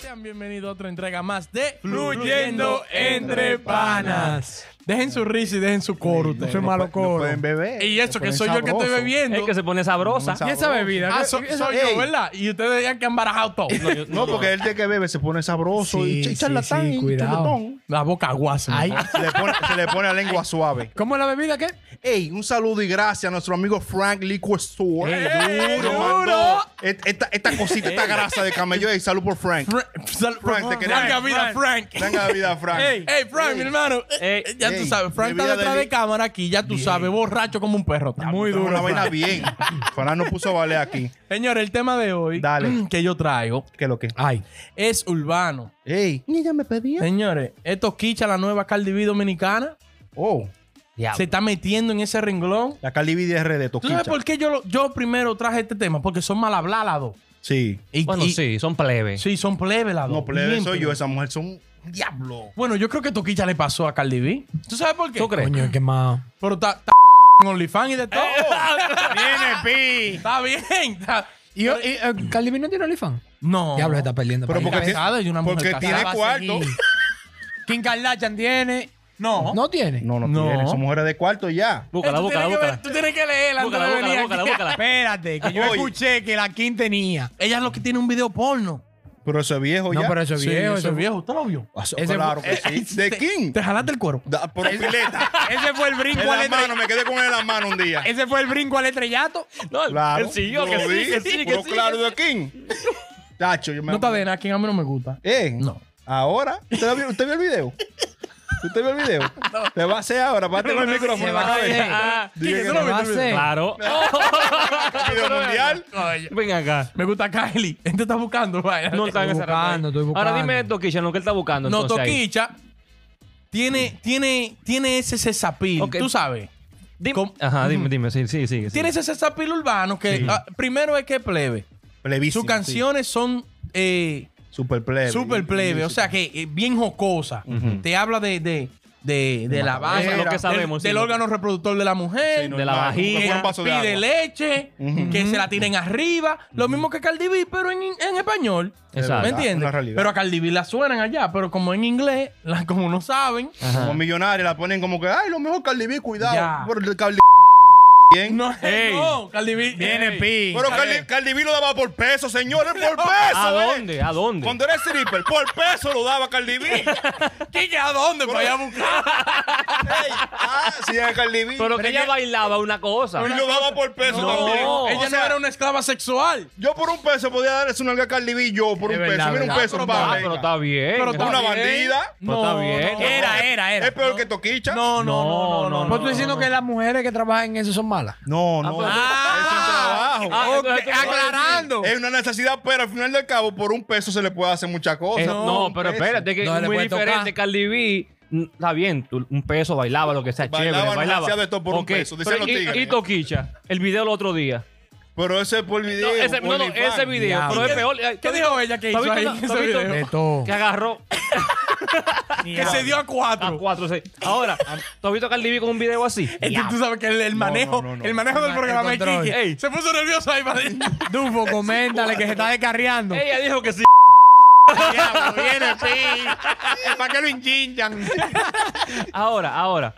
Sean bienvenidos a otra entrega más de Fluyendo entre panas. Dejen su risa y dejen su coro. No ustedes. soy malo coro. pueden beber. Y eso, se que ponen soy yo el que estoy sabrosos. bebiendo. Es que se pone sabrosa. Sabroso. ¿Y esa bebida? Ah, so- Esa- soy Ey. yo, ¿verdad? Y ustedes digan que han barajado todo. No, yo- No, porque el de que bebe pues, se pone sabroso Sí, y ch- sí, y charlatán sí, y cuidado. charlatón. La boca guasa. Ay. Se le pone, se le pone la lengua suave. ¿Cómo es la bebida qué? Ey, un saludo y gracias a nuestro amigo Frank Liquor Store. Ey, Nos duro. mandó et- Esta, esta cosita, esta grasa de camello. Ey, salud por Frank. Fra- sal- Frank, te queremos. Larga vida, Frank. Tenga vida, Frank. Ey, Frank, mi hermano. Ey. Eh, ya tú Ey, sabes, Frank está bebida detrás de- de cámara aquí, ya tú sabes, borracho como un perro. Muy pues. Trajo duro. Una vaina Frank. bien. Fran nos puso a valer aquí. Señor, el tema de hoy Dale. que yo traigo ¿Qué es lo que? Ay. es urbano. Ey. Ella me pedía. Señores, esto quicha la nueva Cardi B dominicana. Oh, Se está metiendo en ese renglón. la Cali BDR de ¿Tú sabes Toquicha. por qué yo, lo- yo primero traje este tema? Porque son mal habladas las dos. Sí. Y- Bueno, y- sí, son plebes. Sí, son plebes las dos. No, plebe, Bien soy yo. plebes. Esa mujer son un diablo. Bueno, yo creo que Toquicha le pasó a Cardi B. ¿Tú sabes por qué? ¿Tú crees? Coño, qué más. Pero está está en OnlyFans y de todo. pi. Está bien. está- ¿Y, y eh, Cardi B no tiene OnLifan? No. Diablo, se está perdiendo. Pero país. porque tiene, casada y una mujer porque casada tiene va a cuarto. seguir. Kim Kardashian tiene. No. ¿No tiene? No, no, No. tiene. Son mujeres de cuarto y ya. Eh, Búscala, tú búscala, tienes que ver- búscala. Tú tienes que leerla antes Búscala, de venir búscala, aquí. búscala, búscala. Espérate, que yo Oye. escuché que la Kim tenía. Ella es lo que tiene un video porno. Pero eso es viejo No, ya. pero eso es Sí, viejo. eso es viejo. ¿Usted lo vio? eh, Ah, so- ese claro fue- que sí. ¿De quién? Te jalaste el cuero. Da- Pero pileta. Ese fue el En brinco al la estrella- mano, me quedé con él en la mano un día. Ese fue el brinco al estrellato. No, Claro. él siguió, yo que lo sí, vi, que sí, que puro sí. claro de quién. Tacho, yo me. No está bien, a quien a mí no me gusta. ¿Eh? No. ¿Ahora? ¿Usted la vio, usted vio el video? ¿Usted vio el video? Te va a hacer ahora, párate con el micrófono en la va a cabeza. Ah, Dije ¿Quién que se lo no. vio? Claro. Video mundial. Ven acá. Me gusta Kylie. Este está buscando, vaya. No está en ese Estoy buscando, rango. estoy Ahora buscando. dime esto, Kishan, lo que él está buscando. No, entonces, ahí. Toquicha tiene, tiene, tiene ese sesapil, Ok. tú sabes. Dime- Com- Ajá, dime, dime. Sí, sí, sí. sí. Tiene ese sesapil urbano que ah, primero es que es plebe. Plebísimo, Sus canciones son eh, sí. Super plebe. super plebe, o sea que eh, bien jocosa. Te habla de, de, de, de la matadera. base, Lo que sabemos, sí, del lo- órgano reproductor de la mujer. Sí, de la normal, vajilla, como un vaso de pide agua. leche, que se la tiren arriba, lo mismo que Cardi B, pero en, en español. Exacto. ¿Me Una entiendes? realidad. Pero a Cardi B la suenan allá, pero como en inglés, la- como no saben. Como millonarios la ponen como que, ay, lo mejor Cardi B, cuidado. Ya. Pero el Cardi bien. No, no, Cardi B. Viene Ey. Pi. Pero Cardi, Cardi B lo daba por peso, señores, por peso. Ah, ¿A eh. dónde? ¿A dónde? Cuando era stripper, por peso lo daba Cardi B. Ey, ¿Qué, ¿A dónde? Para allá a buscar. ah, sí, era Cardi B. Pero que ella bailaba una cosa. Y lo daba por peso No, también. o Ella no sea, era una esclava sexual. Yo por un peso podía darle su nalga a Cardi B, yo por Es un verdad, peso. Mira un verdad. peso, Pero pa' Ah, está- venga. pero está bien. Pero está Una bien. bandida. Pero está bien. no. Era, era, era. Es peor que Toquicha. No, no, no, no, no. ¿Vos tú diciendo que las mujeres que trabajan en eso son malas? no. no. Ah, es un trabajo. ah, ok, entonces tú- aclarando. Es una necesidad, pero al final del cabo, por un peso se le puede hacer muchas cosas. Eh, no, pero espérate, que No es le muy puede tocar. diferente. Cardi B, mm, está bien, tú- un peso bailaba, lo que sea, Bailaba, chévere, bailaba. hacía de todo por un Ok, peso, decían pero los y- tigres. Y Toquicha, el video el otro día. Pero ese es por video. No, ese, no, no, OnlyFans. ese video, Ya. pero ¿Y es peor. Ay, ¿Qué ¿tú dijo viste- ella que tú hizo viste ahí la- en tú ese viste video? De todo. Que agarró Que se dio a a cuatro. 4 6. Ahora, ¿tú has visto a Cardi B con un video así? Es que tú sabes que el, el manejo, no, no. el manejo del El programa de control. Kiki. Ey. Se puso nervioso ahí para decir. Dufo, coméntale que se está descarriando. Ella dijo que sí. Diablo, viene Pi. ¿Para qué lo hinchinchan? Ahora, ahora.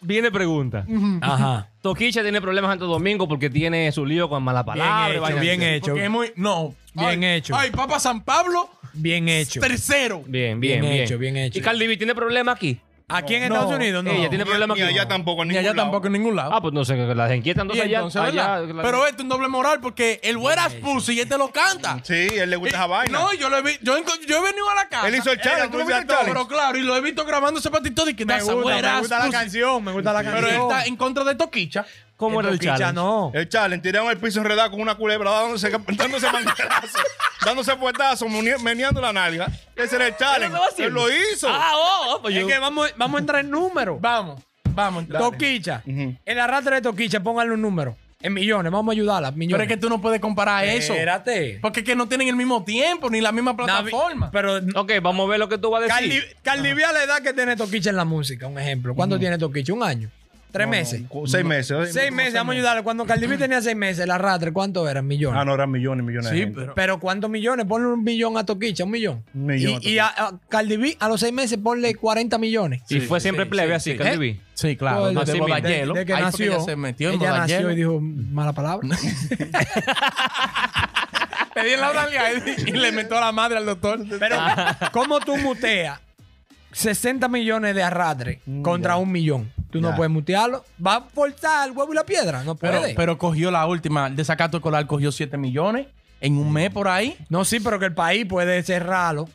Viene pregunta. Mm. Ajá. Toquicha tiene problemas Santo Domingo porque tiene su lío con mala palabra. hecho, vaina bien así. hecho. Porque es muy. No. Bien Ay, hecho. Ay, Papa San Pablo, Bien hecho. tercero. Bien, Bien bien, bien. hecho, bien hecho. ¿Y Cardi B tiene problemas aquí? Aquí en No, Estados Unidos, no. ella tiene Ni- problemas ni aquí. allá tampoco, en Ni ningún allá lado. tampoco en ningún lado. Ah, pues no sé, que las inquietan Y entonces allá. entonces, allá- ¿verdad? la- Pero este es un doble moral porque el Whereas Pussy y este lo canta. Sí, él le Y- gusta esa vaina. No, yo lo he visto. Yo, enco- yo he venido a la casa. Eh, Él hizo el challenge, Era ¿tú muy viste el bien, challenge? Pero claro, y lo he visto grabando ese patito de que me "That's a gusta, whereas me gusta la pussy". canción, me gusta la Pero él canción. está en contra de Toquicha. ¿Cómo era el Toquicha, challenge? No. El challenge, tiraron el piso enredado con una culebra, dándose, dándose manguerazos, dándose puertazos, muni- meneando la nalga. Ese era el challenge. Él lo hizo. Ah, oh, oh, pues Es yo- que vamos, vamos a entrar en números. Vamos, vamos. Toquicha. Toquicha. En la rata de Toquicha, pónganle un número. En millones, vamos a ayudarla. Millones. Pero es que tú no puedes comparar eso. Espérate. Porque es que no tienen el mismo tiempo ni la misma Navi- plataforma. pues Pero Ok, vamos a ver lo que tú vas a decir. Cardi Cardi B a la edad que tiene Toquicha en la música, un ejemplo. ¿Cuánto tiene Toquicha? Un año. Tres meses. Cu- Seis meses. ¿eh? Seis meses, vamos a ayudarle. Cuando Caldiví tenía seis meses, la rastre, ¿cuánto eran? Millones. Ah, no, eran millones y millones de Sí, gente. pero. Pero ¿cuántos millones? Ponle un billón a Toquicha, un millón. Un millón y y a, a Cardiví, a los seis meses ponle 40 millones. Y fue siempre sí, plebe sí, así, sí. Cardi B. Sí, Todo claro. el- no, de sí, mira, Modayelo. desde que Ahí fue nació, ella se metió en ella nació y Modayelo. dijo mala palabra. Le di en la oralidad y y le metió la madre al doctor. Pero, ¿cómo tú muteas 60 millones de arrastre contra un millón? Tú no Ya. puedes mutearlo. Va a forzar el huevo y la piedra. No Pero, puede. pero cogió la última. El desacato escolar cogió 7 millones en un mes por ahí. no, sí, pero que el país puede cerrarlo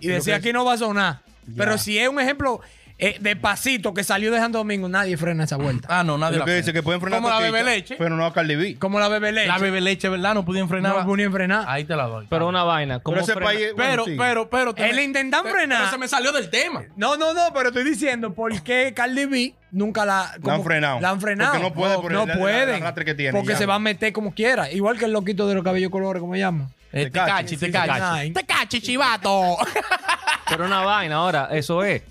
y decir aquí no va a sonar. Pero si es un ejemplo eh, de pasito que salió de Santo Domingo, nadie frena esa vuelta. Ah, no, nadie Lo la que dice frena. que pueden frenar Como la Toquicha, bebe leche. Pero no a Cardi B. Como la bebe leche. La bebe leche, ¿verdad? No pudieron frenar. no pueden frenar. Ahí te la doy. Pero una vaina. ¿cómo Pero ese frena? país. bueno, Pero, sí. pero, pero. te Él me- intentan te- frenar. Pero se me salió del tema. No, no, no, pero estoy diciendo por qué Cardi B nunca la, La han frenado. La han frenado. Porque no puede por el- no la- la- pueden, la arrastre que tiene, Porque ya. se va a meter como quiera. Igual que el loquito de los cabellos colores, como llama. Eh, Te cachi, te cachi. Ay. Te cachi, chivato. Pero una vaina, ahora, eso es.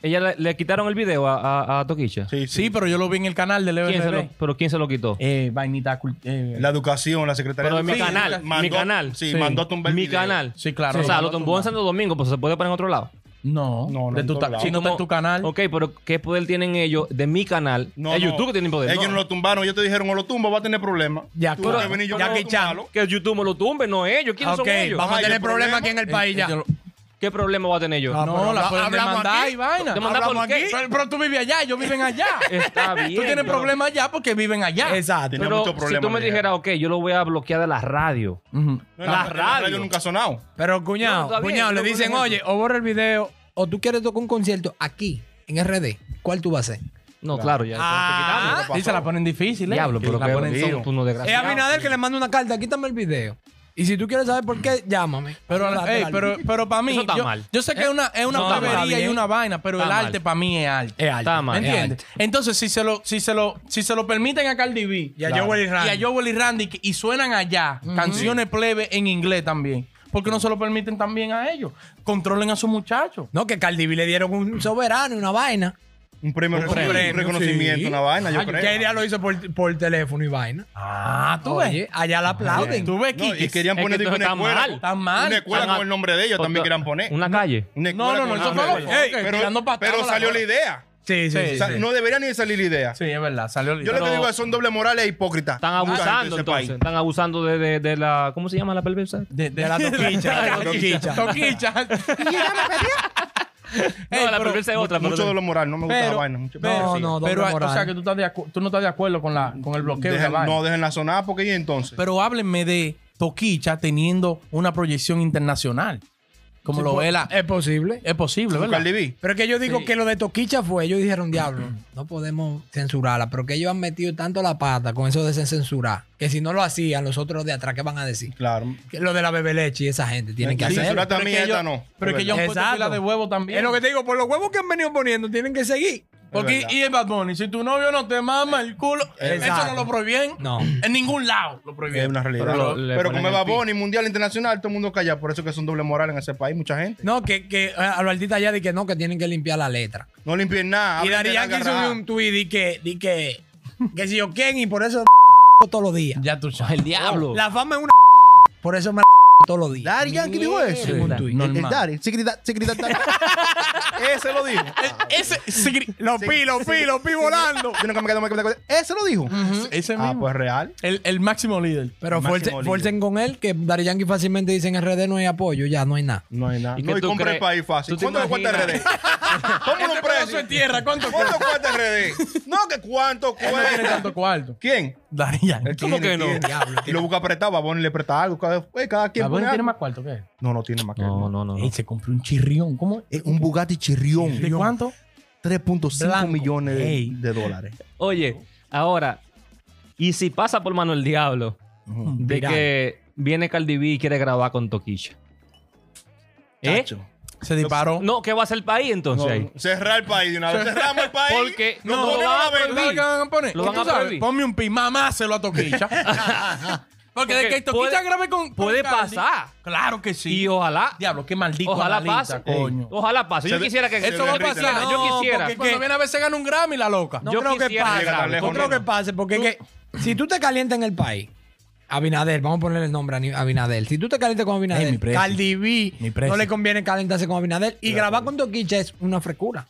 Ella le, le quitaron el video a, a, a Toquicha. Sí, sí. Sí, pero yo lo vi en el canal de Leo ¿Quién se lo- pero ¿quién se lo quitó? Eh, vainita. cul- eh, La educación, la secretaría. Pero de en mi Educación canal, mi mandó- canal. Sí, Sí. mandó a tumbar el Mi video. canal. Sí, claro. O sea, Sí, lo tumbó en Santo Domingo, pues se puede poner en otro lado. No, No, no, de en tu, todos ta- lados. si no está en tu canal. Ok, pero ¿qué poder tienen ellos de mi canal? No, es no. YouTube que tienen poder. Ellos no. no. lo tumbaron. Ellos te dijeron, o lo tumba, va a tener problemas. Ya, Tuve pero- que venir yo ya para que Chan- tumbarlo. Que YouTube me lo tumbe, no ellos. ¿Quiénes Ok, son ellos? vamos a Ay, tener ¿el problema? problemas aquí en el Eh, país ya. ellos lo- ¿Qué problema va a tener yo? Ah, no, pero la habla- pueden hablamos demandar aquí. y vaina. ¿Demandar por Hablamos qué? aquí. Pero, pero tú vives allá, ellos viven allá. Está bien. tú tienes pero- problemas allá porque viven allá. Exacto. Tenía Pero mucho problema, si tú me Miguel. dijeras, ok, yo lo voy a bloquear de la radio. Ujú. No, La en en radio. nunca ha sonado. Pero No, cuñado, está bien, cuñado, le yo dicen, creo que- oye, o borra el video, o tú quieres tocar un concierto aquí, en RD. ¿Cuál tú vas a hacer? No, claro, ya. Ah, te quitamos. Sí, se la ponen difícil, ¿eh? Diablo, Que pero la qué ponen- jodido, tú no Es pues, desgraciado. Abinader que le manda una carta, quítame el video. Y si tú quieres saber por qué, llámame. Pero, Llámate ey, al- pero, pero para mí, Eso está yo, mal. yo sé que es una, es una No, está bobería y bien. una vaina, pero Está el mal. arte para mí es arte. Es arte. Está mal. ¿Me entiendes? Entonces, si se lo, si se lo, si se lo permiten a Cardi B Y a Jowell y Randy. y a Jowell y Randy, que- y suenan allá canciones plebe en inglés también, porque no se lo permiten también a ellos. Controlen a sus muchachos. No, que Cardi B le dieron un soberano y una vaina. Un premio, un premio, un reconocimiento, sí. una vaina, yo Ah, creo. ¿Qué idea lo hizo por, por teléfono y vaina? Ah, tú Oye, ves. allá la aplauden. Tú ves, No, y Quique. querían Es que poner tipo esto una está escuela. mal, Pues está mal. Una escuela Están con el nombre de ellos también querían poner. Una calle. Una No, escuela no, no, con eso el fue nombre loco. de ellos. Ey, tirando Pero, patada pero con la salió bola. la idea. Sí, sí, Sí, sí. O sea, sí. No debería ni salir la idea. Sí, es verdad, salió Yo listo. le digo Pero- que son doble morales e hipócritas. Están Mucha gente de abusando ese entonces. país. Están abusando de, de, de la. ¿Cómo se llama la perversa? De, de la toquicha. toquicha. toquicha. no, la perversa es otra. pero- Mucho doble moral, no me gusta la vaina. mucho- pero- sí. no, doble pero, moral. o sea, que tú, estás de acu- tú no estás de acuerdo con, la, con el bloqueo de Dejen- la vaina. no dejen la sonar porque y entonces. Pero háblenme de Toquicha teniendo una proyección internacional. Como Sí, lo pues, po- ve eh, la... Es posible. Es posible, ¿verdad? Cardi B. Pero es que yo digo que lo de Toquicha fue, ellos dijeron, diablo, no podemos censurarla, pero que ellos han metido tanto la pata con eso de censurar, que si no lo hacían, los otros de atrás, ¿qué van a decir? Claro. Que lo de la bebe leche y esa gente tienen que Sí, hacer. censurar también es que esta yo- no. Pero es que Es ellos han puesto Exacto. pila de huevo también. Es lo que te digo, por los huevos que han venido poniendo, tienen que seguir. Porque verdad. y el Bad Bunny, si tu novio no te mama el culo, eso Exacto. no lo prohíben. No. En ningún lado lo Es prohíben. una realidad. Pero Pero, lo- le ponen como el es pi. Baboni, mundial internacional, todo el mundo calla. Por eso que son doble moral en ese país, mucha gente. No, que, que eh, a los artistas ya di que no, que tienen que limpiar la letra. No limpien nada. Y hablen de la Darían que garra. subió un tweet y que, di que, que si yo quién, y por eso todos los días. Ya tú sabes. El diablo. La fama es una por eso me la todos los días. Daddy Yankee dijo eso. Sí, El- El, normal. Daddy, Secret Da- Secret Da- Daddy. Ese lo dijo. Ese, ese- Los pi, los pi, los pi volando. Yo nunca me quedo más que- Ese lo dijo. ese Ah, mismo. pues real. el, el máximo líder. Pero Máximo forcen, líder. forcen con él que Dari Yankee fácilmente dicen en RD no hay apoyo, ya no hay nada. No hay nada. ¿Y No, qué y tú compra el crees? país fácil. ¿Tú te ¿Cuánto le cuesta RD? imaginas? ¿Cómo lo precio? Este tierra, ¿cuánto ¿Cuánto cuesta RD? No, que cuánto No tiene cuesta. tanto cuarto. ¿Quién? Darían. ¿Cómo que no? Y lo busca apretado, Baboni le presta algo. Cada, eh, cada quien pone tiene algo. más cuarto que él? No, no tiene más que No, no, no. no. Ey, se compró un chirrión. ¿Cómo? Eh, Un Bugatti Chirrión. ¿De cuánto? 3.5 Blanco. millones de, Ey. de dólares. Oye, ahora, ¿y si pasa por mano el diablo de Viral. que viene Cardi B y quiere grabar con Toquicha? ¿Eh? Chacho. Se disparó. No, ¿qué va a hacer el país entonces ahí? No, cerrar el país de una vez. Cerramos el país. Porque nos no, lo ponemos van a la venda. ¿Sabes qué van a poner? Lo ¿Tú van a sabes? prohibir. Ponme un pi, mamáselo a Toquicha. Porque de Porque que Toquilla puede- grabe con. con puede Cardi, pasar. Claro que sí. Y ojalá. Diablo, qué maldito. Ojalá analista, pase. coño. Ojalá pase. Yo Se de- quisiera que. se Eso va a derrite. pasar. Yo quisiera. Porque cuando que- viene a veces gana un Grammy la loca. No Yo creo que quisiera pase. llegar tan No lejos, creo nena. que pase, porque es que si tú te calientas en el país, Abinader, vamos a ponerle el nombre a Ni- Abinader. Si tú te calientas con Abinader, Ey, mi precio. Cardi B, Mi precio. pues. no le conviene calentarse con Abinader. Y grabar con Toquicha es una frecura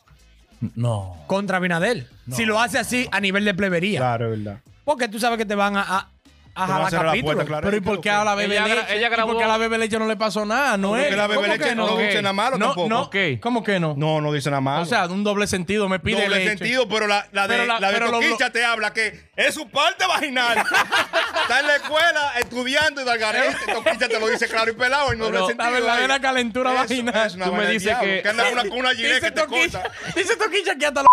No. contra Abinader. Si lo hace así a nivel de plebería. Claro, es verdad. Porque tú sabes que te van a, a, a Te va a jalar cerrar la capítulo. puerta, claro. Pero ¿y por qué a la bebé Ella gra- leche? ella ¿Y grabó- por qué a la bebé leche no le pasó nada? No es. Porque la bebé ¿Cómo leche que no no? dice nada malo No, tampoco. no. Ok. ¿Cómo que no? No, no dice nada malo. O sea, un doble sentido me pide doble leche. sentido, pero la, la de, Pero la, la- de pero lo- Toquicha te habla que es su parte vaginal. Está en la escuela estudiando y Dalgarete. Toquicha te lo dice claro y pelado. Y no Pero doble la sentido, verdadera ahí. calentura Eso, vaginal. es una Tú me vaina del dices diablo, que- Que anda con una, con una gilet que Dice te corta. Toquilla, dice Toquilla que hasta la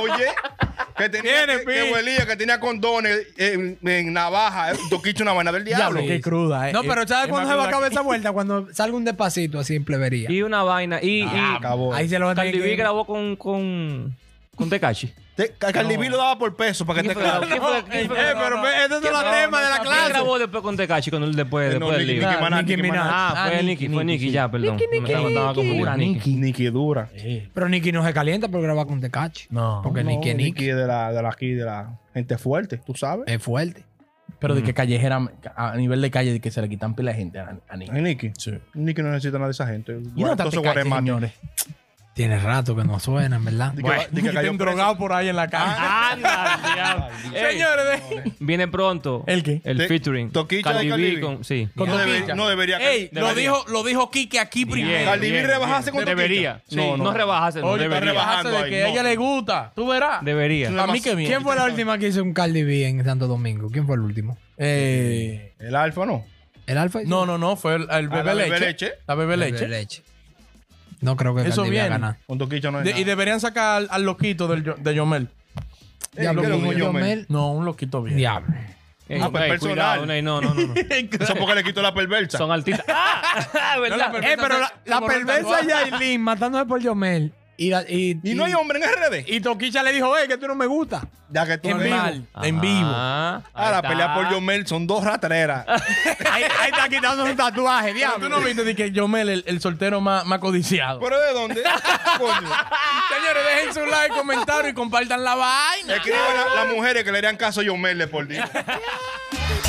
Oye, que tenía Tiene, que, que Pi. huelía, que tenía condones en, en navaja. eh, Toquicha una vaina del diablo. Qué cruda, eh. No, pero ¿sabes Es más cuándo se va a cruda acabar que- esa vuelta? Cuando salga un despacito así en plebería. Y una vaina. Y. y acabó. Ahí se lo va a tener Cardi que- B grabó con. Con. Con Tekashi. Te- Ca- Cardi B lo daba por peso para que ¿Quién te fue que grabó? claro. ¿Quién fue que- quién fue que Eh, grabó? pero ve, ese es el tema de la ¿Quién clase. grabó después con Tekashi? Con el después, Eh, Ah, no, después del Nicki- libro. Nicki Minaj, Nicki Minaj. Ah, fue Ah, Nicky, Nicki, fue Nicky, Nicki, ya, perdón. Me estaba- estaba confundido. Nicki. Niki dura. Pero Nicky no se calienta por grabar con Tecachi. Eh, No. Porque Nicky es Nicky. Niki de la, de la aquí, de la gente fuerte, tú sabes. Es fuerte. Pero de que callejera, a nivel de calle, de que se le quitan pila de gente a, a Nicky. Ay, Niki. Sí. Niki no necesita nada de esa gente. Y no está Entonces, te calles, Guaremate. señores. Tiene rato que no suena, en ¿verdad? Di que- Bueno, di que cayó estén preso. Ah, drogados por ahí en la calle. Anda, diablo. Ey, señores, Viene pronto. ¿El qué? El Te- featuring. Toquicha de Cardi B Cardi B. con- Sí. Con no, Toquicha. debería- no debería Ey, lo debería. dijo, lo dijo Quique aquí primero. Cardi B rebajase con Toquicha. Debería. Sí, no, no, no no. rebajase. no, Oye, está debería. rebaja- rebajando de ahí, que no. a ella le gusta. Tú verás. Debería. A mí que bien. ¿Quién fue la última que hizo un Cardi B en Santo Domingo? ¿Quién fue el último? Eh, El alfa no. ¿El Alfa? hizo? no, no, no. Fue el, el Ah, bebé, la leche, bebé leche. La bebé Bebe leche. leche. No creo que Eso Cardi B va a viene. ganar. Con Toquicha no es De- nada. y deberían sacar al, al loquito del, Yo- de Yomel. Ey, Diablo, ¿qué loco, Yomel. Yomel? No, un loquito bien. Diablo. Ey, Ah, pues, ey, personal. cuidado, no, no, no, no. Eso es porque le quitó la perversa. Son artistas. ¡Ah! No, ¿Verdad? la perversa Eh, pero la, se- la se borró el perversa tatuaje. Yailin matándose por Yomel. Y, la- y, Y no hay hombre en RD. Y Toquicha le dijo, eh, que tú no me gusta. Ya que tú En eres- vivo. En vivo. Ah, Ah, la ahí pelea está. por Yomel son dos ratreras. Ahí, ahí está quitándose un tatuaje, Pero Tú diablo. no viste de que Yomel, el, el soltero más, más codiciado. ¿Pero de dónde? Coño. Ah. Señores, dejen su like, comentario y compartan la vaina. Escriban a las mujeres que le harían caso a Yomel, de por Dios. Thank